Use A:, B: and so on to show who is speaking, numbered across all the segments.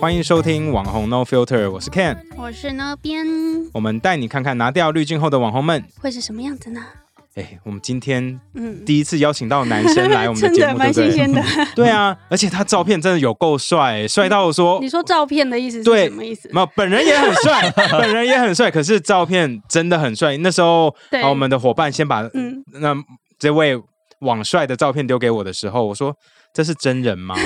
A: 欢迎收听网红 No Filter，我是 Ken，
B: 我是那边
A: 我们带你看看拿掉滤镜后的网红们。
B: 会是什么样子呢？
A: 哎，我们今天
B: 嗯，
A: 第一次邀请到男生来我 们的节
B: 真的
A: 目，对
B: 蛮
A: 不
B: 新
A: 对？
B: 鲜的。
A: 对啊，而且他照片真的有够帅，帅到我说
B: 你说照片的意思是
A: 对
B: 什么意思？
A: 没有，本人也很 帅，本人也很帅，可是照片真的很帅。那时候，
B: 对
A: 啊，我们的伙伴先把
B: 嗯，
A: 那这位网帅的照片丢给我的时候，我说这是真人 吗？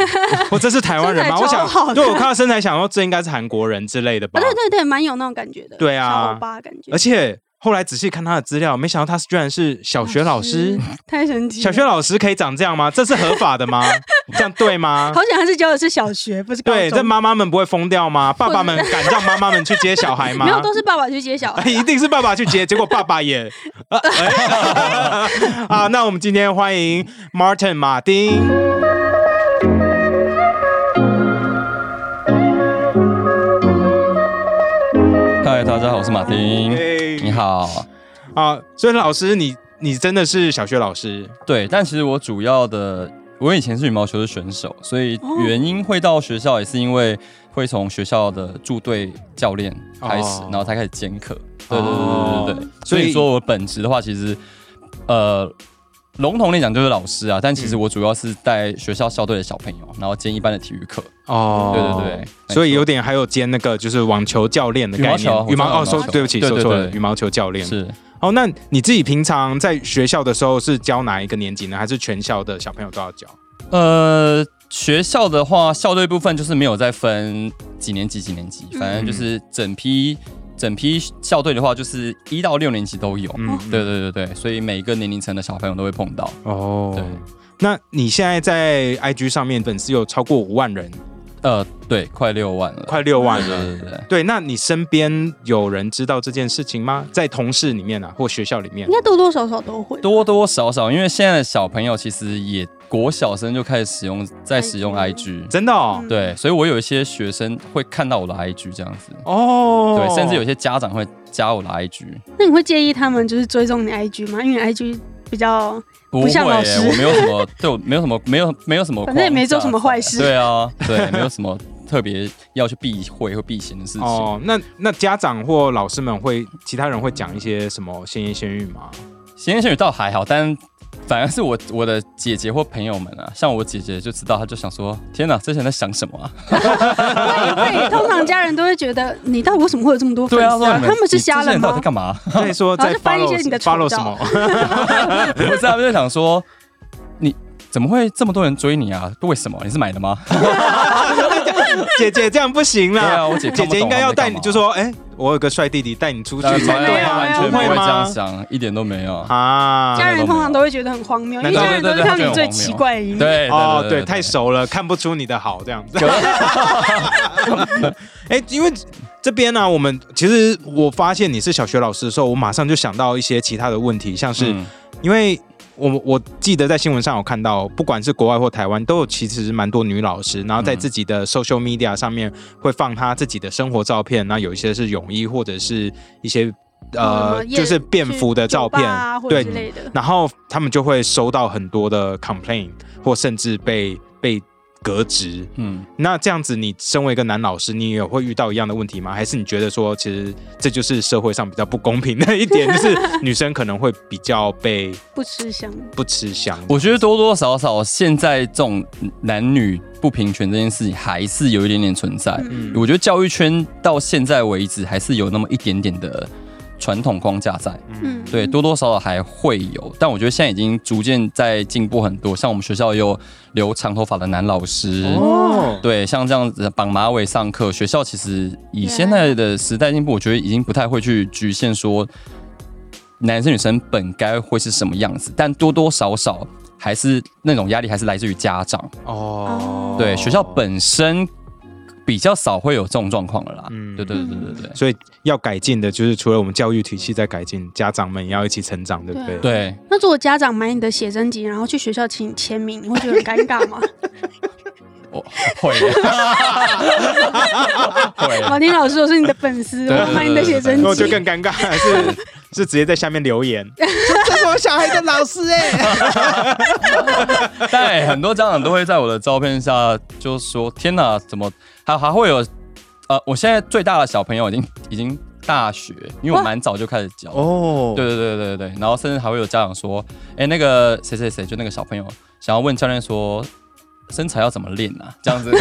A: 我这是台湾人吗？我
B: 身材超
A: 想
B: 好，的
A: 对我看到身材，想说这应该是韩国人之类的吧
B: 啊，。对对对，蛮有那种感觉的。
A: 对啊
B: 小欧巴的感觉，
A: 而且后来仔细看他的资料，没想到他居然是小学老师。
B: 太神奇了。
A: 小学老师可以长这样吗？这是合法的 吗？这样对吗？
B: 好想还是教的是小学，不是高中。
A: 对，这妈妈们不会疯掉吗？爸爸们
B: 或
A: 敢让妈妈们去接小孩吗？
B: 没有都是爸爸去接小
A: 哎，
B: 孩
A: 一
B: 啊。
A: 定是爸爸去接，结果爸爸 也 啊哎啊。那我们今天欢迎 Martin 马丁。
C: 嗨，大家好，我是马丁。
A: 哎
C: 你好，
A: 啊，所以老师，你你真的是小学老师
C: 对，但其实我主要的，我以前是羽毛球的选手，所以
B: 哦
C: 原因会到学校也是因为会从学校的助队教练开始，
A: 哦
C: 然后才开始兼课。对对
A: 哦
C: 对对对对，
A: 所
C: 所
A: 以
C: 以说我本职的话，其实呃。笼统来讲就是老师啊，但
A: 嗯
C: 其实我主要是带学校校队的小朋友，然后兼一般的体育课。
A: 哦
C: 对对对没
A: 所以有点还有兼那个就是网球教练的概
C: 羽毛球
A: 念
C: 啊，
A: 羽毛哦，
C: 我知
A: 说
C: 道羽毛球
A: 对不起，
C: 对
A: 说
C: 对
A: 错了，
C: 对
A: 羽毛球教练。
C: 是，
A: 哦，那你自己平常在学校的时候是教哪一个年级呢？还是全校的小朋友都要教？
C: 呃，学校的话，校队部分就是没有再分几年级几年级，
B: 嗯
C: 反正就是整批整批校队的话，就是一到六年级都有。
A: 嗯，
C: 对对对对，所以每个年龄层的小朋友都会碰到。
A: 哦，
C: 对。
A: 那你现在在 IG 上面粉丝有超过五万人，
C: 呃，对，快六万了，
A: 快六万
C: 对
A: 了。
C: 对对对。
A: 对，那你身边有人知道这件事情吗？在同事里面啊，或学校里面
B: 应？该多多少少都会。
C: 多多少少，因为现在的小朋友其实也国小生就开始使用，在使用
B: IG
C: IG，
A: 真的哦，
B: 嗯
C: 对，所以我有一些学生会看到我的 IG 这样子，
A: 哦，
C: 对，甚至有些家长会加我的 IG，
B: 那你会介意他们就是追踪你 IG 吗？因为你 IG 比较
C: 不
B: 不
C: 会、
B: 像老师
C: 欸，我没有什么，对我没有什么，没有没有什么，
B: 反正也没做什么坏事
C: 对啊，对，没有什么特别要去避讳或避嫌的事情。
A: 哦，那那家长或老师们会，其他人会讲一些什么闲言闲语吗？
C: 闲言闲语倒还好，但反而是我我的姐姐或朋友们啊，像我姐姐就知道，她就想说：天哪，这些人在想什么啊？
B: 会，通常家人都会觉得你到底为什么会有这么多粉
C: 对啊，
B: 丝
C: 说
B: 啊？
C: 你
B: 他们是瞎
C: 你这些
B: 了
C: 人到底
B: 吗
C: 在？干嘛？
A: 所以说
B: 然
A: 在
B: 后就翻一些
A: follow
B: 你的
A: follow
B: 丑
A: 什
B: 照
A: 么？
C: 不是啊，他们就想说你怎么会这么多人追你啊？为什么？你是买的吗？
A: 姐姐这样不行
C: 对
A: 啦，
C: 啊，我姐
A: 姐姐应该要带你，就
C: 说。
A: 说，哎，我有个帅弟弟带你出去，哎
C: 完全
B: 没有
C: 完全
A: 不
C: 不
A: 会
C: 啊会这样
A: 吗？
C: 想，一点都没有。
A: 啊，
B: 家人通常都会觉得很荒谬，因为家人都是看到你最奇怪的一面。
C: 对，
A: 哦，对，太 熟了，看不出你的好这样子。哎，因为这边呢、我们其实我发现你是小学老师的时候，我马上就想到一些其他的问题，像是、
C: 嗯
A: 因为我我记得在新闻上有看到，不管是国外或台湾，都有其实蛮多女老师，然后在
C: 嗯
A: 自己的 social media 上面会放她自己的生活照片，然后有一些是泳衣或者是一些
B: 什
A: 呃
B: 哦么夜
A: 就是便服的照片
B: 去酒吧啊，或者
A: 对
B: 之，类的。
A: 然后他们就会收到很多的 complaint，或甚至被被革职。
C: 嗯，
A: 那这样子，你身为一个男老师，你也会遇到一样的问题吗？还是你觉得说，其实这就是社会上比较不公平的一点，就是女生可能会比较被
B: 不吃香，
A: 不吃香？
C: 我觉得多多少少现在这种男女不平权这件事情还是有一点点存在。
B: 嗯，
C: 我觉得教育圈到现在为止还是有那么一点点的传统框架在，
B: 嗯
C: 对，多多少少还会有，但我觉得现在已经逐渐在进步很多。像我们学校也有留长头发的男老师。
A: 哦，
C: 对，像这样子绑马尾上课，学校其实以现在的时代进步，我觉得已经不太会去局限说男生女生本该会是什么样子，但多多少少还是那种压力还是来自于家长，
A: 哦，
C: 对学校，本身比较少会有这种状况了啦。
A: 嗯
C: 对对对对对
A: 所以要改进的就是除了我们教育体系在改进，家长们也要一起成长，对不对？
B: 对
C: 对，
B: 那如果家长买你的写真集，然后去学校请你签名，你会觉得很尴尬 吗？
C: 我会会。
B: 马丁老师，我是你的粉丝，
C: 对对对
B: 我买你的写真
A: 那我就
B: 集，
A: 更尴尬，还是就直接在下面留 言，说这是我小孩的老师哎、
C: 但很多家长都会在我的照片下就说：“天哪，怎么还还会有？呃，我现在最大的小朋友已经已经大学，因为我蛮早就开始教。
A: 哦，
C: 对对对对对对，然后甚至还会有家长说：‘哎，那个谁谁谁，就那个小朋友想要问教练说。’”身材要怎么练啊？这样子，对，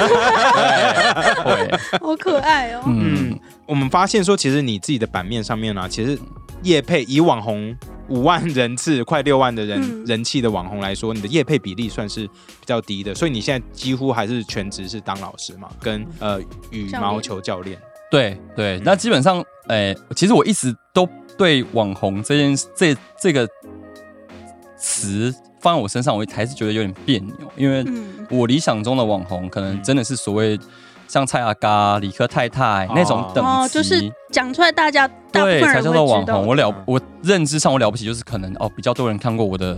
C: 会，
B: 好可爱哦。
C: 嗯
A: 嗯，我们发现说，其实你自己的版面上面啊，其实叶配以网红五万人次、快六万的人、
B: 嗯
A: 人气的网红来说，你的叶配比例算是比较低的，所以你现在几乎还是全职是当老师嘛，跟呃羽
B: 教练
A: 毛球教练。
C: 对对，那基本上，诶、其实我一直都对网红这件这这个词放在我身上，我还是觉得有点别扭，因为
B: 嗯，
C: 我理想中的网红，可能真的是所谓像蔡阿嘎、理科太太、那种等级，
B: 哦，就是讲出来，大家大部
C: 对
B: 分
C: 才
B: 人
C: 叫做
B: 会
C: 网
B: 知道
C: 红。。我了
A: 嗯，
C: 我认知上我了不起，就是可能哦，比较多人看过我的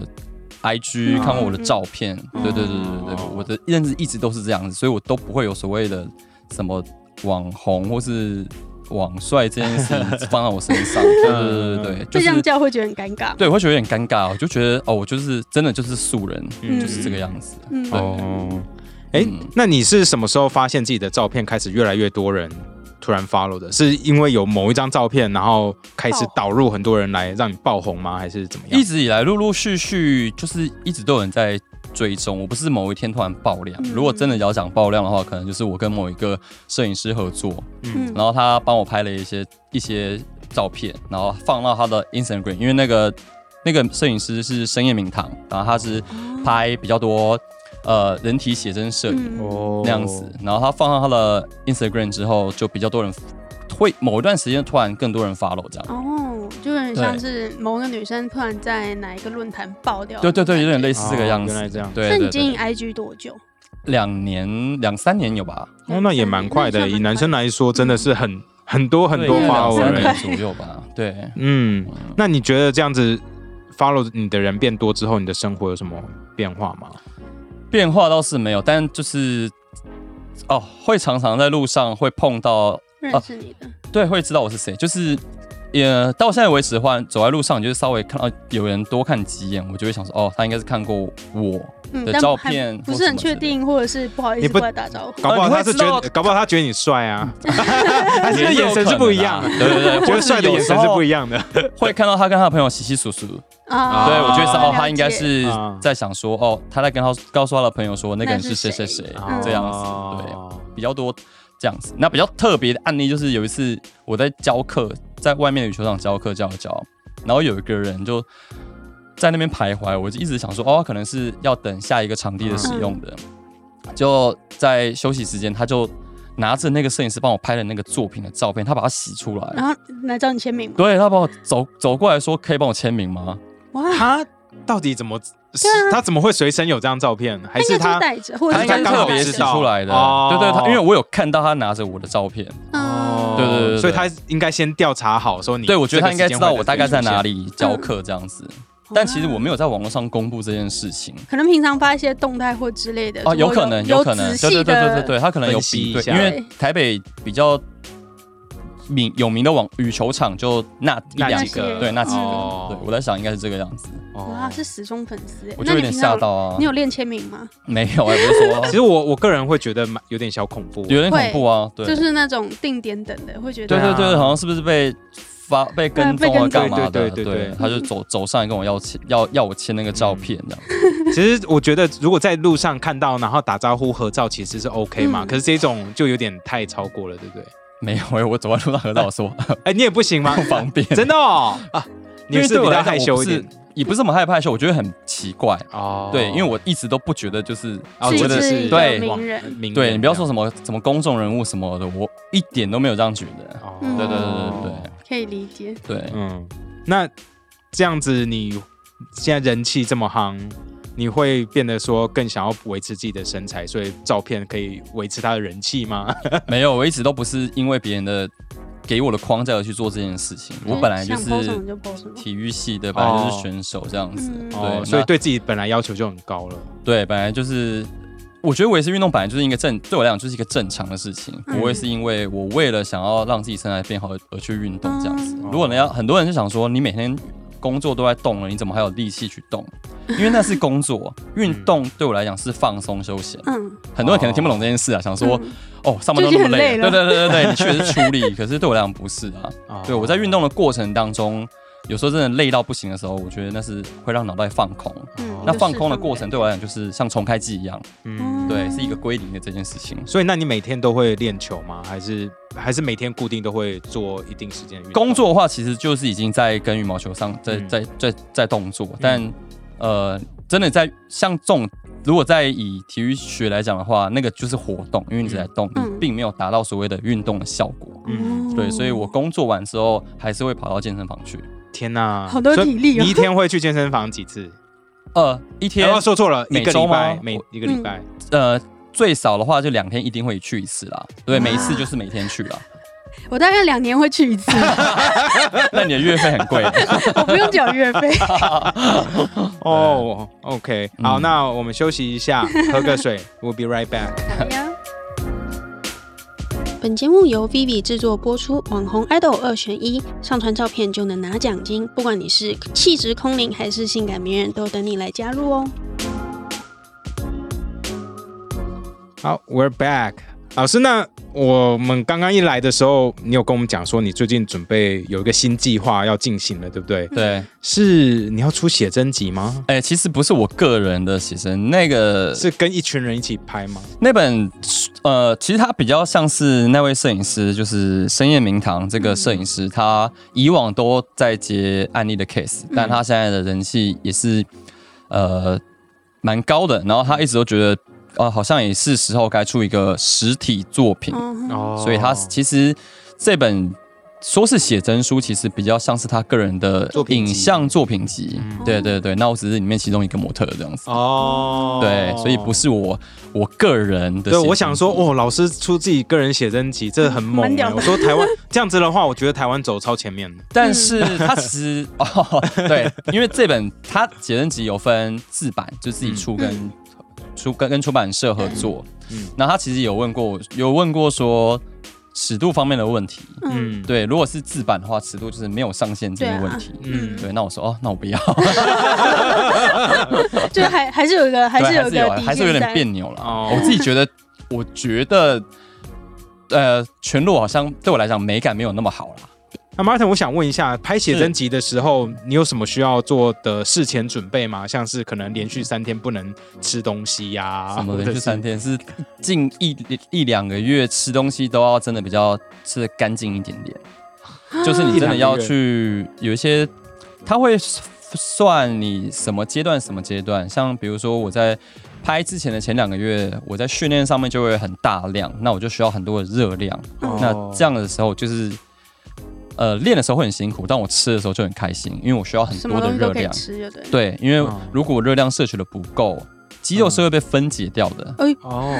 C: IG，、
B: 嗯
C: 看过我的照片，
A: 嗯
C: 对对对对对，
A: 嗯
C: 我的认知一直都是这样子，所以我都不会有所谓的什么网红或是网帅这件事情放在我身 上，对对对对对，
B: 被
C: 就
B: 嗯这样
C: 是
B: 叫会觉得很尴尬。
C: 对，我会觉得有点尴尬，我就觉得哦，我就是真的就是素人，
A: 嗯
C: 就是这个样子，
B: 嗯，
C: 对
A: 哦，哎、
C: 嗯
A: 那你是什么时候发现自己的照片开始越来越多人突然 follow 的？是因为有某一张照片，然后开始导入很多人来让你爆红吗？还是怎么样
C: 一？直以来陆陆续续就是一直都有人在追踪，我不是某一天突然爆量。
B: 嗯
C: 如果真的要讲爆量的话，可能就是我跟某一个摄影师合作，
B: 嗯
C: 然后他帮我拍了一些一些照片，然后放到他的 Instagram，因为那个那个摄影师是深夜明堂，然后他是拍比较多呃人体写真摄影，
B: 嗯
A: 哦
C: 那样子。然后他放上他的 Instagram 之后，就比较多人会某一段时间突然更多人 follow 这样。
B: 哦，就有点像是某个女生突然在哪一个论坛爆掉。
C: 对对对，有点类似
A: 哦
C: 这个样
A: 原来
C: 子。
A: 这样。
C: 对，
B: 那
C: 对
B: 你
C: 对
B: 经营 IG 多久？
C: 两年两三年有吧，
A: 哦，那也蛮快的。以男生来说，真的是很很多很多
C: 对两
A: follow
C: 三
A: 人。
C: 年左右吧。对，
A: 嗯，那你觉得这样子 follow 你的人变多之后，你的生活有什么变化吗？
C: 变化倒是没有，但就是哦，会常常在路上会碰到，
B: 认识你的，
C: 对，会知道我是谁，就是。也到现在为止的话，走在路上，你就是稍微看到有人多看几眼，我就会想说，哦，他应该是看过我。
B: 嗯
C: 的
B: 但
C: 照
B: 还
C: 片
B: 不
C: 或
B: 是
C: 什
B: 很
C: 么
B: 确
C: 之类的
B: 定，或者是不好意
A: 你
B: 思
A: 不
B: 过来打招呼。
A: 搞不好他是
C: 你
A: 觉
C: 会
A: 得，
C: 知
A: 搞不好他觉得你帅啊，
B: 嗯
A: 还是
C: 也有
A: 眼神是不一样
C: 可。能啊对对 对，
A: 觉得
C: 或是
A: 帅的
C: 有
A: 眼
C: 时
A: 神是
C: 候啊
A: 不一样的。
C: 会看到他跟他的朋友稀稀疏疏。
B: 啊
C: 对，我觉得是
A: 哦
C: 哦，他应该
B: 了解
C: 是
A: 啊
C: 在想说，哦，他在跟他告诉他的朋友说，那个人
B: 那是
C: 是谁谁
B: 谁
C: 谁
B: 嗯
C: 这样子，对，
A: 哦
C: 比较多这样子。那比较特别的案例就是有一次我在教课，在外面的羽球场教课教一教，然后有一个人就在那边徘徊，我就一直想说，哦，可能是要等下一个场地的使用的，就在休息时间，他就拿着那个摄影师帮我拍的那个作品的照片，他把它洗出来。
B: 然后来找你签名吗？
C: 对他帮我走走过来说，可以帮我签名吗？
B: 哇，
A: 他到底怎么？他怎么会随身有这张照片？还
B: 应该
A: 是
B: 啊就
A: 他
B: 是？带着，或者
C: 他
B: 是
C: 应
A: 他
C: 该是
A: 刚
C: 特
A: 好
C: 别
A: 知
C: 洗
A: 道
C: 出来的，
A: 哦
C: 对对，他因为我有看到他拿着我的照片，
B: 嗯，
C: 哦对对对对
A: 哦所以他应该先调查好，说你
C: 对我觉得他应该知道我大概在哪
A: 里。
C: 里教课这样子，但其实我没有在网络上公布这件事情。
B: 可能平常发一些动态或之类的如
C: 啊，
B: 果
C: 有可能，
B: 有
C: 可能，
B: 仔
C: 对
B: 细
C: 对对对对
B: 的
C: 对，他可能有
A: 分析
C: 比
A: 一
C: 对，
A: 下
C: 因为台北比较名有名的网羽球场就那一
A: 那
C: 两
A: 几个
C: 对那几个，
A: 哦
C: 对我在想应该是这个样子，
B: 嗯哇，是死忠粉丝哎，
C: 我
B: 那
C: 就有
B: 你
C: 点
B: 平
C: 吓
B: 常
C: 到啊
B: 你，有练签名吗？
C: 没有哎，我就
A: 其
C: 说
A: 实我我个人会觉得蛮有点小恐怖，
C: 有点恐怖啊，对，
B: 就是那种定点等的，会觉
C: 对
A: 啊
B: 得
C: 对对，好像是不是被发被跟踪啊
B: 被跟踪
C: 干嘛的？
A: 对对对对对
C: 他就走走上来跟我要签，要要我签那个照片这样。
A: 其实我觉得，如果在路上看到，然后打招呼合照，其实是 OK 嘛。
B: 嗯
A: 可是这种就有点太超过了，对不对？
C: 没有哎，我走在路上和 到说
A: 哎，你也不行 吗
C: 不？方便，
A: 真的哦，啊，你
C: 因为
A: 是
C: 对
A: 比
C: 我
A: 较
C: 来讲
A: 害羞一
C: 我不是
A: 点
C: 也不是什么害怕害羞，我觉得很奇怪。
A: 哦。
C: 对，因为我一直都不觉得就是
A: 哦
C: 我
B: 是
A: 觉
C: 觉
B: 一
A: 得
C: 得
B: 直
A: 是
B: 一
C: 对
B: 个名人，
A: 名人
C: 对你不要说什么什么公众人物什么的，我一点都没有这样觉得。
A: 哦
B: 嗯
C: 对对对
B: 可以理解。
C: 对对对，
A: 嗯，那这样子你现在人气这么夯，你会变得说更想要维持自己的身材，所以照片可以维持他的人气吗？
C: 没有，我一直都不是因为别人的给我的框架而去做这件事情，我本来就
B: 嗯想 po 什
C: 是
B: 么就 po 什么，
C: 体育系的，本来就是选手这样子。
B: 嗯
C: 对
A: 哦，
C: 那
A: 所以对自己本来要求就很高了。
C: 对，本来就是我觉得维持运动本来就是一个正，对我来讲就是一个正常的事情，
B: 嗯
C: 不会是因为我为了想要让自己身材变好而而去运动这样子。
A: 嗯
C: 如果人家很多人是想说，你每天工作都在动了，你怎么还有力气去动？因为那是工作，运动对我来讲是放松休闲。
B: 嗯，
C: 很多人可能听不懂这件事啊，想说
B: 嗯
C: 哦，上班都那
B: 最近
C: 么累，
B: 很累
C: 对
B: 了
C: 对对对对，你确实是出 力，可是对我来讲不是啊。
A: 哦
C: 对我在运动的过程当中，有时候真的累到不行的时候，我觉得那是会让脑袋放空。
A: 哦
B: 嗯
C: 那放空的过程对我来讲就是像重开机一样，
A: 嗯，
C: 对，是一个归零的这件事情。
A: 所以那你每天都会练球吗？还是还是每天固定都会做一定时间的运动
C: 工？作的话，其实就是已经在跟羽毛球上在
A: 嗯
C: 在在在动作，但呃，真的在像这种，如果在以体育学来讲的话，那个就是活动，因为你是在动，
B: 嗯
C: 你并没有达到所谓的运动的效果。
A: 嗯
B: 哦
C: 对，所以我工作完之后还是会跑到健身房去。
A: 天哪，
B: 好多
A: 所以
B: 体力哦
A: 你一天会去健身房几次？
C: 呃，一天
A: 然后说错了，
C: 每
A: 一个
C: 周
A: 礼
C: 吗
A: 拜，每
C: 我
A: 一个礼
B: 嗯
A: 拜。
C: 呃最少的话就两天一定会去一次啦。
A: 啊
C: 对，
B: 哇
C: 每一次就是每天去啦。
B: 我大概两年会去一次，
C: 那你的月费很贵，啊
B: 我不用缴月费。
A: 哦，OK，
C: 嗯
A: 好，那我们休息一 下，喝个水。We'll be right back。
B: 本节目由 Vivi 制作播出，网红 idol 二选一，上传照片就能拿奖金。不管你是气质空灵还是性感迷人，都等你来加入哦。
A: 好，We're back。老师，那我们刚刚一来的时候，你有跟我们讲说你最近准备有一个新计划要进行了，对不对？
C: 对。
A: 是你要出写真集吗？
C: 哎、其实不是我个人的写真，那个
A: 是跟一群人一起拍吗？
C: 那本呃，其实它比较像是那位摄影师，就是深夜名堂这个摄影
A: 嗯
C: 师，他以往都在接案例的 case，但
A: 嗯
C: 他现在的人气也是呃蛮高的，然后他一直都觉得。哦，好像也是时候该出一个实体作品，
B: 嗯哼，
A: 哦
C: 所以他其实这本说是写真书，其实比较像是他个人的
A: 作品
C: 影
A: 集
C: 像作品集。
A: 嗯
C: 对对对，那我只是里面其中一个模特这样子。
A: 哦
C: 对，所以不是我我个人的。
A: 对，我想说，，哦，老师出自己个人写真集，这很猛、
B: 蛮屌
A: 欸。
B: 的
A: 我说台湾 这样子的话，我觉得台湾走超前面的。
C: 但是它其实哦，对，因为这本它写真集有分自版，就自己出跟
B: 嗯
C: 出跟跟出版社合作。嗯
A: 嗯，
C: 那他其实有问过我，有问过说尺度方面的问题。
B: 嗯，
A: 嗯，
C: 对，如果是自版的话，尺度就是没有上限这个问题。
A: 嗯，
C: 对，那我说哦，那我不要，
B: 就还还是有一个，还
C: 对，
B: 是有
C: 还
B: 一
C: 是有
B: 个，底线在，
C: 还是有点别扭了。
A: 哦
C: 我自己觉得，我觉得，呃，全裸好像对我来讲美感没有那么好啦。
A: 那 Martin，我想问一下，拍写真集的时候，你有什么需要做的事前准备吗？像是可能连续三天不能吃东西呀、
B: 啊
C: 什么
A: 或
C: 连
A: 者
C: 续
A: 是
C: 三天是近一一两个月吃东西都要真的比较吃的干净一点点，
B: 啊
C: 就是你真的要去有一些，他会算你什么阶段什么阶段，像比如说我在。拍之前的前两个月，我在训练上面就会很大量，那我就需要很多的热量。
A: 哦
C: 那这样的时候就是，呃，练的时候会很辛苦，但我吃的时候就很开心，因为我需要很
B: 什么
C: 多
B: 东
C: 的
B: 西都
C: 热
B: 可以
C: 量。
B: 吃，就对了。
C: 对，因为
A: 嗯
C: 如果热量摄取的不够，肌肉是会被分解掉的。
A: 哦，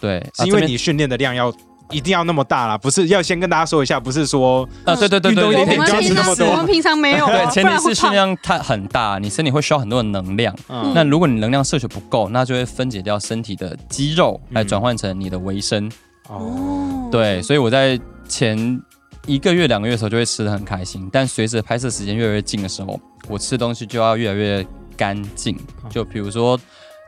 C: 对，啊
A: 是因为
C: 这边
A: 你训练的量要一定要那么大啦，不是要先跟大家说一下，不是说
C: 啊，对对对
A: 运动
C: 对
A: 一
C: 对
A: 点
B: 我
A: 点
C: 对，
A: 就要吃
B: 们平
A: 那
B: 常
A: 么
B: 我们
A: 多，
B: 平常没有啊，
C: 对，
B: 不
C: 前提
B: 然会
C: 是
B: 胖
C: 训量它很大，你身体会需要很多的能量。
A: 嗯
C: 那如果你能量摄取不够，那就会分解掉身体的肌肉，来
A: 嗯
C: 转换成你的维生。
A: 哦，
B: 哦，
C: 对，所以我在前一个月、两个月的时候就会吃的很开心，但随着拍摄时间越来越近的时候，我吃的东西就要越来越干净。就比如说，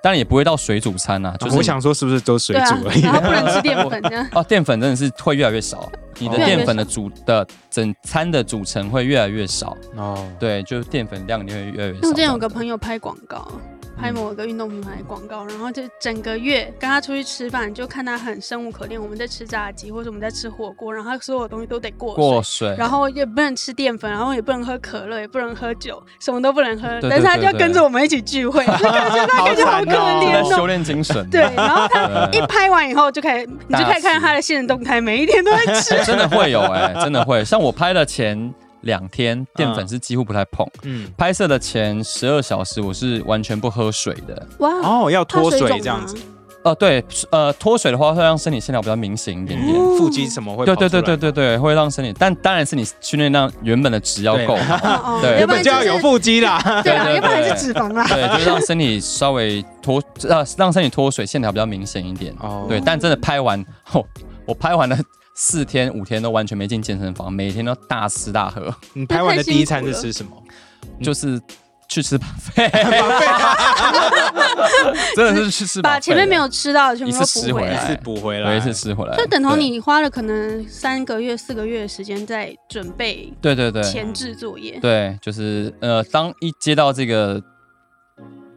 C: 当然也不会到水煮餐啊，就
A: 嗯
C: 是
A: 我想说是不是都水
B: 对啊
A: 煮而已？，
B: 然后不能吃淀粉这样。
C: 哦，淀粉真的是会越来越少，你的
B: 哦
A: 越来越
C: 淀粉的组的整餐的组成会越来越少，
A: 哦，
C: 对，就是淀粉量你会越来越少。
B: 那我之前有个
C: 友，
B: 朋友拍广告，拍
A: 嗯
B: 某个运动品牌的广告，然后就整个月跟他出去吃饭，就看他很生无可恋。我们在吃炸鸡，或者我们在吃火锅，然后他所有东西都得过水。
C: 过水，
B: 然后也不能吃淀粉，然后也不能喝可乐，也不能喝酒，什么都不能喝。
C: 对对
B: 但是他
C: 对
B: 就要
C: 对
B: 跟着我们一起聚 会，那感觉他
A: 啊好
B: 感觉好
A: 惨
B: 可
A: 哦
C: 是在
B: 怜
C: 修
B: 哦。
C: 炼精神。
B: 对，然后他一
C: 对。
B: 拍完以后就开始，你就
C: 大
B: 可以看
C: 吃
B: 到他的现实动态，每一天都在 吃。
C: 真的会有哎、真的会。像我拍的前两天，淀粉是几乎不太碰。
A: 嗯，
C: 拍摄的前十二小时，我是完全不喝水的。
B: 哇，
A: 哦，要脱
B: 水
A: 水
B: 肿
A: 这样
B: 吗
A: 子，
C: 呃，对，呃，脱水的话会让身体线条比较明显一点点。
A: 嗯腹肌什么会
C: 对
A: 跑
C: 哦对
A: 出
C: 对
A: 来
C: 对对对，会让身体，但当然是你训练量原本的值要
A: 对
C: 够好，
B: 哦哦
C: 对
B: 要
A: 原
B: 不
A: 本
B: 然
A: 就
B: 就
A: 要有
B: 是
A: 腹肌啦。
B: 对啊，
C: 对对
B: 要不然
C: 对
B: 是脂肪啦。
C: 对，就是让身体稍微脱，呃，让身体脱水线条比较明显一点。
A: 哦
C: 对，但真的拍完后，我拍完了四天五天都完全没进健身房，每天都大吃大喝，
A: 你拍完的第一餐是吃什么？
C: 就是去吃 buffet，真 的是去吃 buffet
B: 把
C: 的
B: 前面没有吃到的全部
C: 一
B: 都
C: 次
B: 补
C: 吃回
A: 一
C: 来
A: 次补回
C: 有
A: 来，
C: 一次吃回来，
B: 就等同
C: 啊对。
B: 你花了可能三个月、四个月的时间在准备
C: 对对对，
B: 前置作业。
C: 对，就是呃，当一接到这个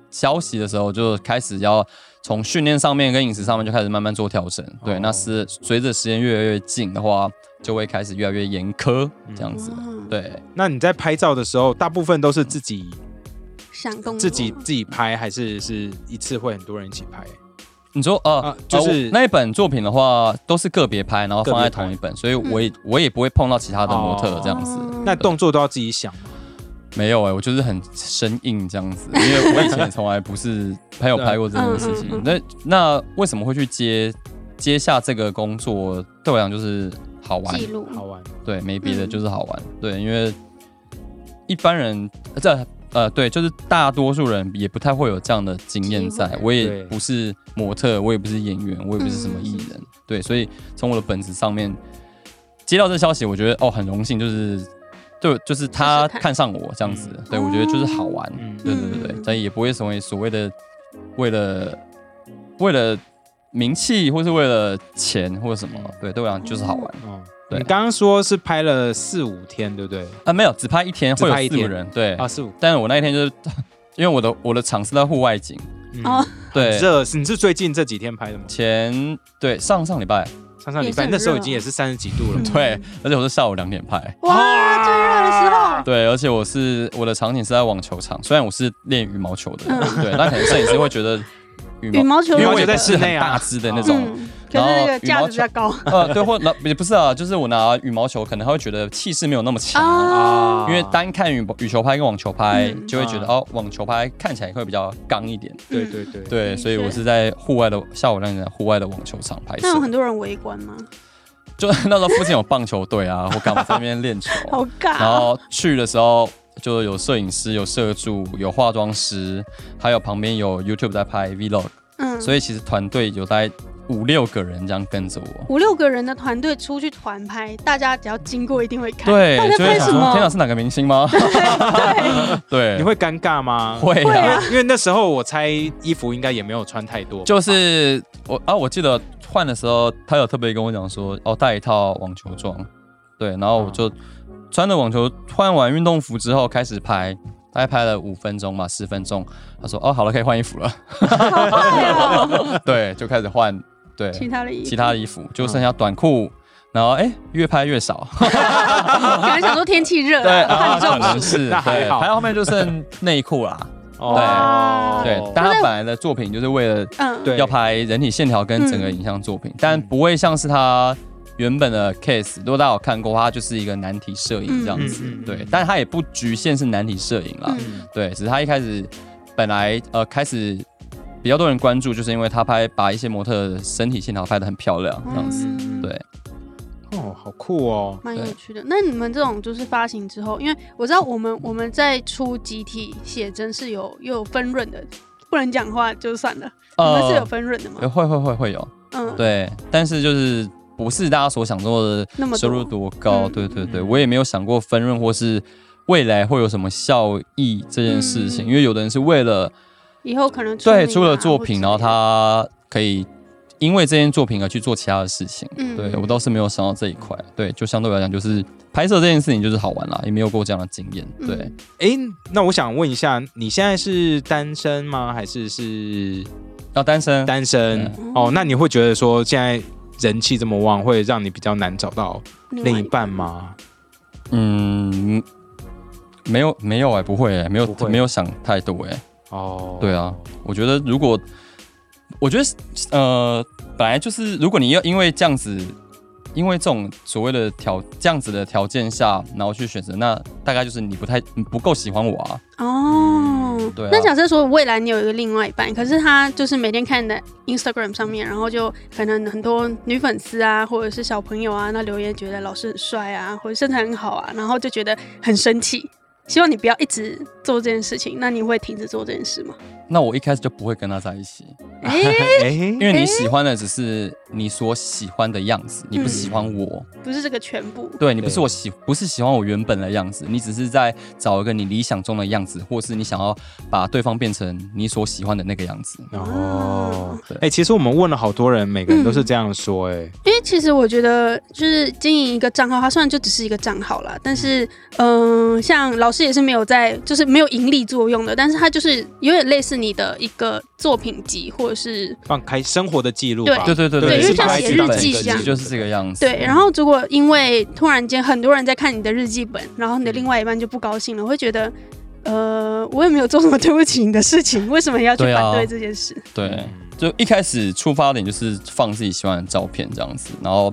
C: 消息的时候，就开始要从训练上面跟饮食上面就开始慢慢做调整。对，那
A: 哦
C: 是随着时间越来越近的话，就会开始越来越严苛这样子。
B: 哇，
C: 对，
A: 那你在拍照的时候，大部分都是自己
B: 想动作
A: 自己自己拍，还是是一次会很多人一起拍？
C: 你说呃，
A: 啊就是
C: 呃我那一本作品的话，都是个别拍，然后放在同一本，所以我也、我也不会碰到其他的模特这样子。
B: 哦
A: 那动作都要自己想吗，
C: 没有哎、我就是很生硬这样子，因为我以前也从来不是没有拍过这件事情
B: 嗯。
C: 那那为什么会去接接下这个工作？对我来讲就是好玩
B: 记，录，
A: 好玩。
C: 对，没别的
B: 嗯
C: 就是好玩。对，因为一般人呃这呃对，就是大多数人也不太会有这样的经
B: 机
C: 验在
B: 会。
C: 我也
A: 对
C: 不是模特，我也不是演员，我也不是什么
B: 嗯
C: 艺人。对，所以从我的本子上面接到这消息，我觉得哦很荣幸，就是。就就是他
B: 试试看
C: 看上我这样子，对我觉得就是好玩，
A: 嗯
C: 对对对对
B: 嗯，
C: 但也不会成为所谓的为了为了名气或是为了钱或者什么，对，对我来讲就是好玩
A: 哦，
C: 对
A: 你刚刚说是拍了四五天，对不对？
C: 啊。没有，只拍一天
A: 只
C: 会
A: 拍
C: 有
A: 一
C: 四个
A: 天
C: 人，对
A: 啊，四五
C: 但是我那一天就是 因为我的我的场是在户外景，
A: 嗯
B: 哦
C: 对，
A: 热，你是最近这几天拍的吗？
C: 前对上上礼拜，
A: 上上
B: 也
A: 礼
B: 是
A: 拜
B: 很
A: 那时候已
B: 热
A: 经也是三十几度了嘛，
C: 对，而且我是下午两点拍，
B: 哇，最热的时候，
C: 对，而且我是我的场景是在网球场，虽然我是练羽毛球的，
A: 嗯
C: 对，那可能摄影师会觉得羽
B: 羽
C: 毛
B: 毛球
A: 因为
C: 因为
A: 我
C: 我
A: 觉
C: 也
A: 得
C: 不是
A: 室内
C: 很
A: 啊
C: 大只的那种。
B: 嗯，可是那个价值比较高
C: 呃，对，或那也不是啊，就是我拿羽毛球，可能他会觉得气势没有那么强，
A: 啊，
B: 啊，
C: 因为单看羽羽球拍跟网球拍，
B: 嗯
C: 就会觉得、
A: 啊
C: 哦，网球拍看起来会比较刚一点。
A: 对对对，
C: 对，
B: 的
C: 所以我
B: 确
C: 是在户外的下午两点，户外的网球场拍摄
B: 那有，很多人围观吗？
C: 就 那时候附近有棒球队啊，或干嘛在那边练球，啊
B: 好
C: 然
B: 尬哦，
C: 后去的时候。就有摄影师、有摄助、有化妆师，还有旁边有 YouTube 在拍 Vlog，、
B: 嗯，
C: 所以其实团队有大概五六个人这样跟着我。
B: 五六个人的团队出去团拍，大家只要经过一定会看，
C: 对
B: 大家，
C: 就会
B: 拍
C: 想
B: 什
C: 说天哪，
B: 么？
C: 是哪个明 星吗？对，
A: 你会尴尬吗？
C: 会
B: 会
C: 啊，
B: 啊
A: 因为那时候我猜衣服应该也没有穿太多，
C: 就是我啊，我记得换的时候，他有特别跟我讲说，哦，带一套网球装，对，然后我就穿着网球换完运动服之后开始拍，大概拍了五分钟吧，十分钟，他说，哦，好了，可以换衣服了，
B: 好快哦，
C: 对，就开始换，对，
B: 其他的衣服
C: 其他的衣服就剩下短裤。然后哎，越拍越少，
B: 可能想说天气热
C: 对，
B: 啊，
C: 啊
B: 看
C: 可
B: 重
C: 能是，
A: 那还
C: 对
A: 好
C: 拍到后面就剩内裤啦，
A: 哦
C: 对，但他本来的作品就是为了
B: 嗯，
A: 对
C: 要拍人体线条跟整个影像作品，但不会像是他原本的 case。如果大家有看过，他就是一个男体摄影这样子，
A: 嗯嗯嗯
C: 对
A: 嗯，
C: 但他也不局限是男体摄影啦，
B: 嗯
C: 对，只是他一开始本来呃开始比较多人关注，就是因为他拍把一些模特的身体线条拍得很漂亮这样子，
B: 嗯
C: 对，
A: 哦，好酷哦，
B: 蛮有
C: 对
B: 趣的。那你们这种就是发行之后，因为我知道我们我们在出集体写真是有又有分润的，不能讲话就算了。你们是有分润的
C: 呃
B: 吗？
C: 会会会会有，
B: 嗯，
C: 对，但是就是不是大家所想做的
B: 那么
C: 收入
B: 多
C: 多高？
B: 嗯
C: 对对对，
A: 嗯
C: 我也没有想过分润或是未来会有什么效益这件事情，
B: 嗯
C: 因为有的人是为了
B: 以后可能出
C: 对
B: 名
C: 出了
B: 啊
C: 作
B: 或
C: 品，
B: 之
C: 然后
B: 类的
C: 他可以因为这件作品而去做其他的事情。
B: 嗯
C: 对我倒是没有想到这一块，对，就相对来讲就是拍摄这件事情就是好玩啦，也没有过这样的经验。对，
B: 嗯
A: 诶，那我想问一下，你现在是单身吗？还是是
C: 要单身，
A: 单身
B: 嗯？
A: 哦，那你会觉得说现在人气这么旺，会让你比较难找到
B: 另
A: 另
B: 外
A: 一半吗？
C: 嗯，没有没有哎、不会哎、没有
A: 不会
C: 没有想太多哎、
A: 哦，
C: 对啊，我觉得如果，我觉得呃，本来就是如果你要因为这样子，因为这种所谓的条这样子的条件下，然后去选择，那大概就是你不太你不够喜欢我啊。
B: 哦，嗯
C: 对啊
B: 那假设说未来你有一个另外一半，可是他就是每天看你的 Instagram 上面，然后就可能很多女粉丝啊，或者是小朋友啊，那留言觉得老师很帅啊，或者身材很好啊，然后就觉得很生气。希望你不要一直做这件事情，那你会停止做这件事吗？
C: 那我一开始就不会跟他在一起，
B: 哎、
A: 哎
C: 因为你喜欢的只是你所喜欢的样子，你不喜欢我，
B: 不是这个全部，
C: 对你不是
A: 嗯对
C: 我喜，不是喜欢我原本的样子，你只是在找一个你理想中的样子，或是你想要把对方变成你所喜欢的那个样子。
A: 哦
C: 对，
A: 哎，其实我们问了好多人，每个人都是这样说，哎，
B: 因为其实我觉得，就是经营一个账号，它虽然就只是一个账号啦，但是，嗯、像老师也是没有在，就是没有盈利作用的，但是它就是有点类似你的一个作品集，或者是
A: 放开生活的记录吧，
C: 对对对
A: 对因为
C: 是
A: 像
C: 把它
A: 写
C: 记
A: 日
C: 当成
A: 记
C: 一个
A: 一样
C: 记就是这个样子。
B: 对。然后，如果因为突然间很多人在看你的日记本，然后你的另外一半就不高兴了，会觉得，呃，我也没有做什么对 不起你的事情，为什么要去
C: 对啊
B: 反对这件事？
C: 对
A: 嗯，
C: 就一开始出发点就是放自己喜欢的照片这样子，然后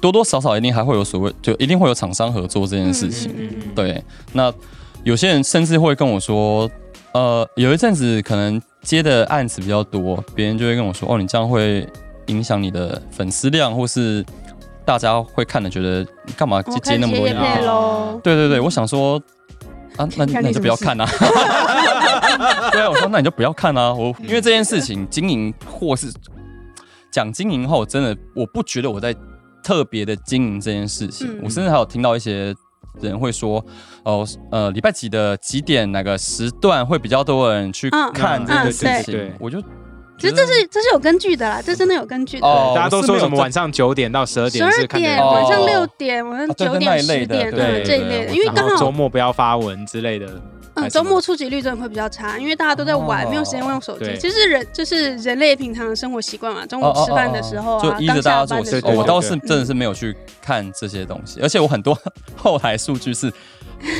C: 多多少少一定还会有所谓，就一定会有厂商合作这件事情。
B: 嗯嗯嗯
C: 对，那有些人甚至会跟我说，呃，有一阵子可能接的案子比较多，别人就会跟我说，哦，你这样会影响你的粉丝量，或是大家会看了觉得你干嘛
B: 我
C: 接
B: 哦开
C: 接
B: 始
C: 那么多哦
B: 接业
C: 业
A: 业
C: 配
B: 配
A: 配
B: 喽。
C: 对对对，我想说啊，那
B: 干你
C: 那你
B: 哦什
C: 就
B: 么
C: 不要看啊。对啊，我 说那你就不要看啊。我
B: 嗯
C: 因为这件事情经营或是讲经营后，真的我不觉得我在特别的经营这件事情。
B: 嗯
C: 我甚至还有听到一些人会说，哦呃，礼拜几的几点哪个时段会比较多人去
B: 嗯
C: 看这
B: 嗯
C: 件事
A: 对对
C: 情，我就
B: 其
C: 觉
B: 实
C: 得
B: 这是这是有根据的啦，这真的有根据的。
C: 哦
A: 大家都
C: 我是
A: 说
C: 没有
A: 什么
C: 在
A: 晚上九点到十二
B: 十
A: 点
B: 二
A: 是看
B: 点，
A: 的
C: 哦
B: 晚上六点，晚上
C: 啊对
B: 九
C: 对
B: 点、
C: 那一类
B: 十
C: 的
B: 点，
C: 对
B: 嗯
A: 对
B: 这一
A: 对
B: 类的，
C: 我
B: 因为
A: 然
B: 刚
A: 后周
B: 好，
A: 末不要发文之类的，还
B: 嗯，
A: 是
B: 周末触及率真的会比较差，因为大家都在玩，
C: 哦
B: 没有时间用手机。
A: 对
B: 其实人就是人类平常的生活习惯嘛，中午
C: 哦哦
B: 吃饭的时候
C: 就
B: 啊，
C: 依
B: 刚
C: 着大
B: 下
C: 家
B: 班
C: 做
B: 的时
C: 事。
A: 对
C: 哦，
B: 候，
C: 我
A: 对
C: 倒
A: 对
C: 是真的是没有去看这些东西，而且我很多 后台数据是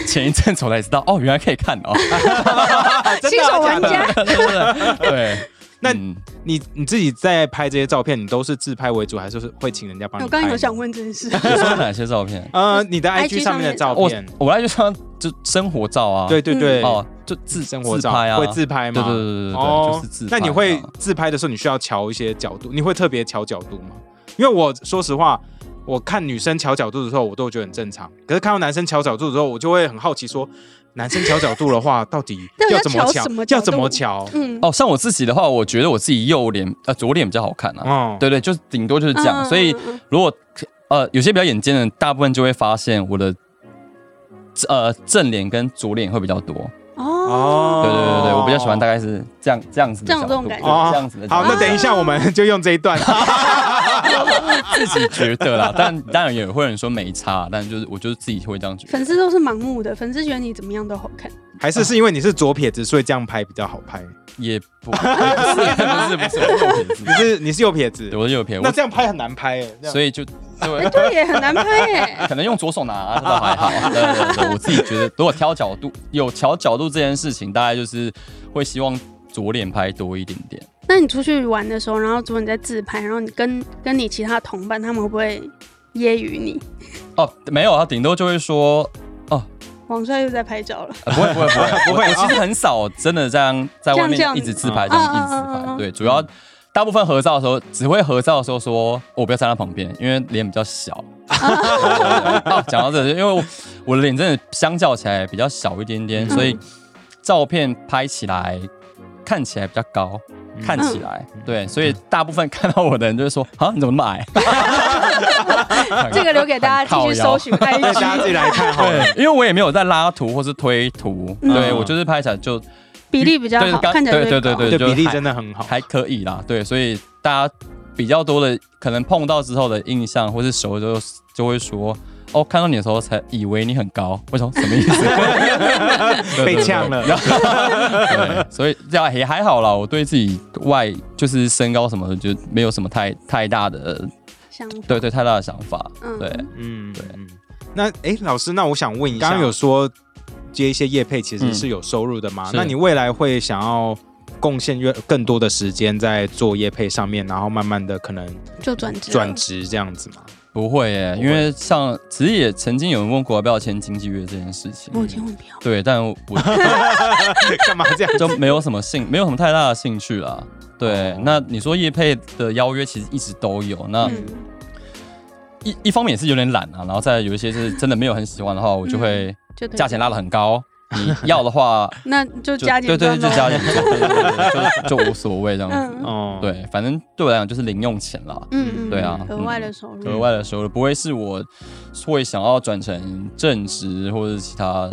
C: 前一阵子我才知道，哦，原来可以看哦。
B: 啊呃新
A: 啊
C: 啊
B: 手玩家，
C: 对对对对，
A: 那
C: 嗯
A: 你你自己在拍这些照片，你都是自拍为主，还是会请人家帮你
C: 啊
B: 我
A: 拍？
B: 刚刚
C: 哎
B: 有想问这件事，
C: 你说哪些照片？
A: 呃，你的
B: IG
A: IG 上面的照
C: 我
B: 哦
A: 片，
C: 我来就像就生活照啊，
A: 对对对，
C: 哦，就自
A: 生活
C: 自
A: 照
C: 拍啊，
A: 会自拍
C: 对对
A: 吗？
C: 对对对对，
A: 哦
C: 就是自拍啊。
A: 那你会自拍的时候，你需要调一些角度，你会特别调角度吗？因为我说实话，我看女生调角度的时候，我都觉得很正常。可是看到男生调角度的时候，我就会很好奇说，男生调角度的话，到底
B: 到底要
A: 要怎么
B: 调什么角
A: 要
B: 度
A: 怎么调？
B: 嗯，
C: 哦，像我自己的话，我觉得我自己右脸呃左脸比较好看啊。
A: 哦，
C: 对对，就是顶多就是这
B: 嗯
C: 样，所以
B: 嗯嗯
C: 如果呃有些比较眼尖的人，大部分就会发现我的呃正脸跟左脸会比较多。
B: 哦，
C: 对对对对，我比较喜欢大概是这样这样子的
B: 这样
C: 角
B: 这种
C: 度
B: 感觉
C: 对这样子的角
A: 哦好，
C: 度。
A: 那等一下我们就用这一 段。
C: 自己觉得啦，但当然也会有人说没差，但就是我就是自己会这样 觉得。
B: 粉丝都是盲目的，粉丝觉得你怎么样都好看，
A: 还是是因为你是左撇子，所以这样拍比较好拍？
C: 也不 不是不是不是右撇
A: 你
C: 子，
A: 是你是右撇子
C: 对，我是右撇，
A: 那
C: 我
A: 这样拍很难拍哎。这样
C: 所以就对
B: 哎，对耶，很难拍耶。
C: 可能用左手拿、啊这倒还好。对对对，我自己觉得，如果挑角度有调角度这件事情，大概就是会希望左脸拍多一点点。
B: 那你出去玩的时候，然后如果你在自拍，然后你跟跟你其他同伴，他们会不会揶揄你？
C: 哦，没有啊，顶多就会说。
B: 王帅又在拍照了，
C: 呃不会不会 不会不会，我其实很少真的这样在外
B: 啊这样
C: 面
B: 这样
C: 一直自拍，这样一
B: 嗯
C: 直
B: 嗯嗯
C: 自
B: 嗯
C: 拍。对，主要大部分合照的时候，只会合照的时候说，我不要站他旁边，因为脸比 较小。哦讲到这，因为我我的脸真的相较起来比较小一点点，所以照片拍起来看起来比较高。
B: 嗯
C: 看起来，对，所以大部分看到我的人就会说：“啊，你怎么那么矮？”
B: 嗯这个留给大家继续搜寻
A: 大家自
B: IG，
A: 己来看好了。
C: 对，因为我也没有在拉图或是推图，
B: 嗯
C: 对我就是拍起来就
B: 比例比较
C: 对
B: 好，
C: 刚
B: 看起来
C: 对
B: 最
C: 对对
B: 高
C: 对
A: 对，
C: 就
A: 比例
C: 还
A: 真的很好。
C: 还可以啦，对，所以大家比较多的可能碰到之后的印象或是熟就就会说，哦，看到你的时候才以为你很高，为什么？什么意思？
A: 被呛了
C: 对。对对对所以这样也还好啦，我对自己外就是身高什么的就没有什么太太大的
B: 想法
C: 对对太大的想法，
B: 嗯
C: 对。
A: 嗯，
C: 对
A: 嗯。那诶，老师，那我想问一下，刚刚有说接一些业配其实是有收入的嘛？
C: 是
A: 那你未来会想要贡献越更多的时间在做业配上面，然后慢慢的可能
B: 就转职了
A: 转职这样子吗？
C: 不会耶，
A: 不会
C: 因为像其实也曾经有人问过要不要签经纪约这件事情，
B: 我千万不要。
C: 对，但我
A: 干嘛这样？
C: 就没有什么兴，没有什么太大的兴趣啦。对
A: 哦，
C: 那你说叶配的邀约其实一直都有，那
B: 嗯，
C: 一一方面也是有点懒啊，然后再有一些是真的没有很喜欢的话，
A: 嗯
C: 我就会
B: 就对
C: 价钱拉得很高。你要 的话
B: 那就
C: 就
B: 加减
C: 对对，
B: 赚
C: 就
B: 咯
C: 加减赚，对对对对就就无所谓这样子。
B: 嗯
A: 哦，
C: 对，反正对我来讲就是零用钱啦。
B: 嗯嗯，
C: 对啊
B: 额外的收入，
C: 额外的收入，不会是我会想要转成正职或者是其他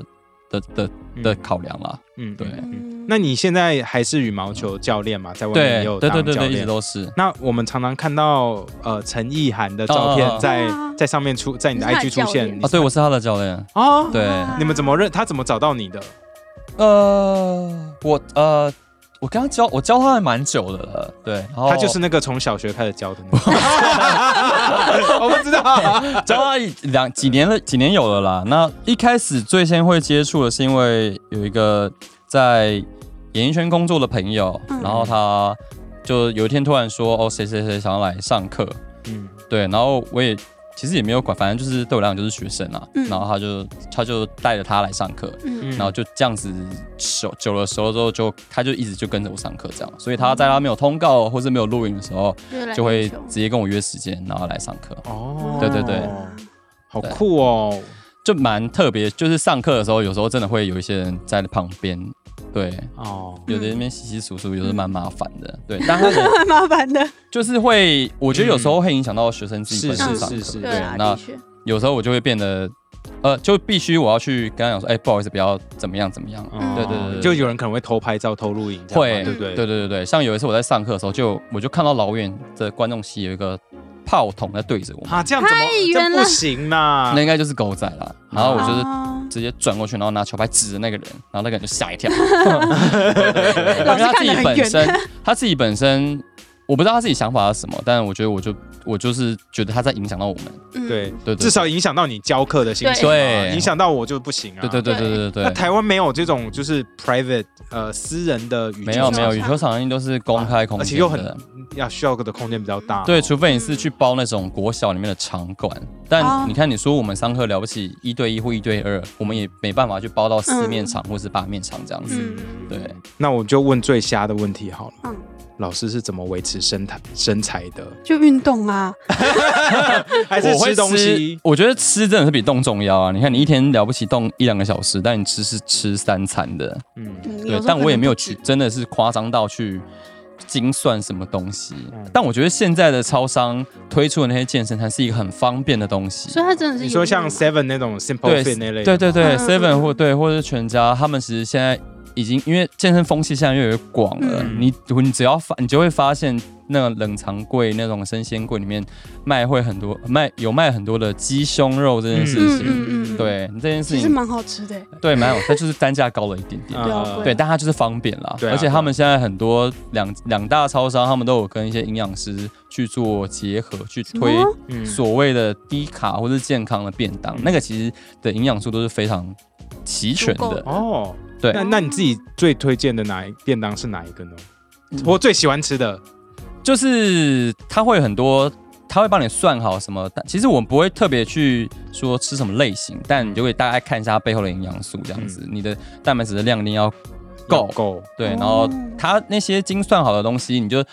C: 的的
A: 嗯
C: 的考量啦。
A: 嗯，
C: 对
A: 嗯嗯
B: 嗯
A: 那你现在还是羽毛球教练嘛？在外面
C: 对
A: 也有
C: 对对
A: 当
C: 对
A: 教
C: 对，一
A: 练
C: 直。都是。
A: 那我们常常看到呃陈意涵的照
C: 哦哦
A: 片
C: 哦
A: 在
B: 对啊
A: 在上面出，在你的
B: 你是他
A: IG
B: 的
A: 出
B: 教练
A: 现。你
C: 啊，对，我是他的教练。
A: 哦，
C: 对
B: 哇
A: 你们怎么认？他怎么找到你的？
C: 呃，
D: 我呃，我刚刚教我教他还蛮久的了，
C: 对，然后
A: 他就是那个从小学开始教的那 个。我不知 道，
C: 教他一两几年了，几年有了啦。那一开始最先会接触的是因为有一个在演艺圈工作的朋友，
B: 嗯
C: 然后他就有一天突然说，哦，谁谁谁想要来上课，
A: 嗯，
C: 对，然后我也其实也没有管，反正就是对我来讲就是学生啊。
B: 嗯
C: 然后他就他就带着他来上课，
B: 嗯
C: 然后就这样子熟久了熟了之后就，他就一直就跟着我上课这样。所以他在他没有通告或是没有录影的时候，
B: 就
C: 就会
B: 来
C: 直接跟我约时间，然后来上课，
A: 哦，
C: 对对对
A: 好酷哦。
C: 就蛮特别。就是上课的时候，有时候真的会有一些人在旁边，对，
A: 哦，
C: 有的人那边稀稀疏疏，有的
B: 嗯
C: 蛮麻烦的，对。但他
B: 蛮麻烦的，
C: 就是会，我觉得有时候会影响到学生自己
A: 是
C: 本
A: 是
B: 嗯
C: 身
B: 是
C: 上课，
A: 是是，
B: 对啊，
C: 那
B: 的确，
C: 有时候我就会变得，呃，就必须我要去跟他讲说，哎、不好意思，不要怎么样怎么样。啊
B: 嗯
A: 哦
C: 对对对对
A: 就有人可能会偷拍照、偷录影这样嘛，
C: 会，
A: 对不对？
C: 对对对对像有一次我在上课的时候就，我就看到老远的观众席有一个炮筒在对着我，
A: 啊，这样怎么
B: 太
A: 这
B: 远
A: 样
B: 了
A: 不行啦
C: 那？应该就是狗仔
A: 啊
C: 啦。然后我就是
B: 是
C: 直接转过去，然后拿球拍指着那个人，然后那个人就吓 一跳。
B: 老师
C: 他自
B: 看得
C: 己
B: 很
C: 本
B: 远，
C: 身，他自己本身，我不知道他自己想法是什么，但我觉得我就我就是觉得他在影响到我们。
B: 嗯
A: 对，
C: 对对对
A: 至少影响到你教课的心情嘛，
C: 对
A: 影响到我就不行啊。
C: 对对对对对对
A: 那。台湾没有这种就是 private 呃私人的语
C: 没有
B: 球
C: 没有，
B: 场
C: 羽球场一定都是公开空
A: 啊而
C: 间的，
A: 且又很要需要的空间比较大、哦
C: 对，除非你是去包那种国小里面的场馆，
B: 哦
C: 但你看你说我们上课了不起一对一或一对二，我们也没办法去包到四面场或是八面场这样子。
B: 嗯，
C: 对，
A: 那我就问最瞎的问题好了。
B: 嗯
A: 老师是怎么维持身材身材 的？
B: 就运动啊，
A: 还是
C: 我会
A: 吃东西？
C: 我觉得吃真的是比动重要啊！你看你一天了不起动一两个小时，但你吃是吃三餐的，
A: 嗯，
B: 嗯
C: 对。但我也没有，去
B: 时候可能不止
C: 真的是夸张到去精算什么东西
A: 嗯。
C: 但我觉得现在的超商推出的那些健身餐是一个很方便的东西，
B: 所以他真的是
A: 你说
B: 有
A: 像
B: 运动
A: Seven 那种 Simple
C: 对
A: Fit 那类的
C: 对
A: 吗
C: 对对
B: 嗯
C: ，Seven
B: 嗯
C: 或对或者是全家，他们其实现在已经因为健身风气现在越来越广了，
A: 嗯
C: 你你只要发，你就会发现那个冷藏柜那种生鲜柜里面卖会很多卖有卖很多的鸡胸肉这件事
B: 嗯
C: 情，
B: 嗯嗯嗯，
C: 对这件事
B: 其实
C: 情
B: 蛮好吃的，欸
C: 对蛮有，它就是单价高了一点点。
A: 嗯
B: 比较贵
C: 对，但它就是方便啦，
A: 对啊
C: 而且
A: 对啊
C: 他们现在很多两两大超商，他们都有跟一些营养师去做结合，去
B: 什么
C: 推
A: 嗯
C: 所谓的低卡或是健康的便当，
B: 嗯
C: 那个其实的营养素都是非常齐全
B: 足够
C: 的。
A: 哦，
C: 对
A: 那那你自己最推荐的哪一便当是哪一个呢？我最喜欢吃的
C: 就是它会有很多，它会帮你算好什么。但其实我们不会特别去说吃什么类型，但你就会大概看一下它背后的营养素这样子。你的蛋白质的量一定要够，
A: 够
C: 对，
B: 嗯哦
C: 然后它那些精算好的东西，你就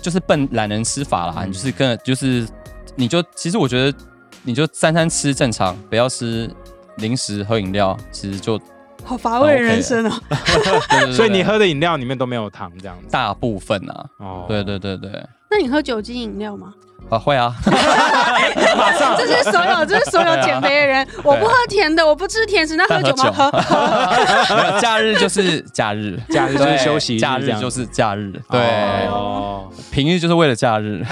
C: 就是笨懒人吃法啦，
A: 嗯
C: 你就是跟就是你就其实我觉得你就三餐吃正常，不要吃零食喝饮料，其 实就
B: 好乏
C: 啊
B: 味的人生 哦，
C: 对
A: 所以你
C: 对
A: 喝的饮料里面都没有糖这样子。
C: 大部分啊，
A: 哦
C: 对对对对，
B: 那你喝酒精饮料吗？
C: 啊 会啊，
B: 这是所有，这是所有减肥 的人，
A: 啊
B: 我不喝甜的，我不吃甜食，那喝酒吗？喝
C: 喝没有假日就是假日，
A: 假日就是休息日
C: 对假
A: 这样子
C: 日就是假日，对，
A: 哦
C: 平日就是为了 假日，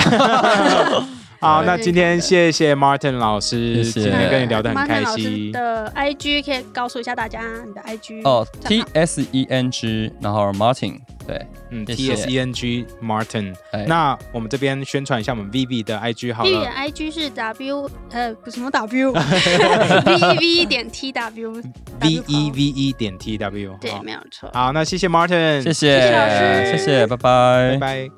A: 好，
B: 对
A: 那今天谢谢 Martin 老师，
C: 谢谢
A: 今天跟你聊得
B: 马
A: 很
B: 坦
A: 开
B: 老师
A: 心。
B: 的 IG 可以告诉一下大家你的 IG
C: 哦，T
B: 账号
C: S E N G，然后 Martin，对，
A: 嗯
C: 谢
A: ，T
C: 谢
A: S E N G Martin。
C: 哎
A: 那我们这边宣传一下我们 Vivi 的 IG 好
B: 丽丽的
A: 了。
B: IG 是 W 呃不什么 W，V V 点 T W
A: V E V E 点 T W。
B: 对，
A: 好
B: 没有错。
A: 好，那谢谢 Martin，
C: 谢
A: 谢，
C: 谢
B: 谢老，师
C: 谢谢，拜
A: 拜拜。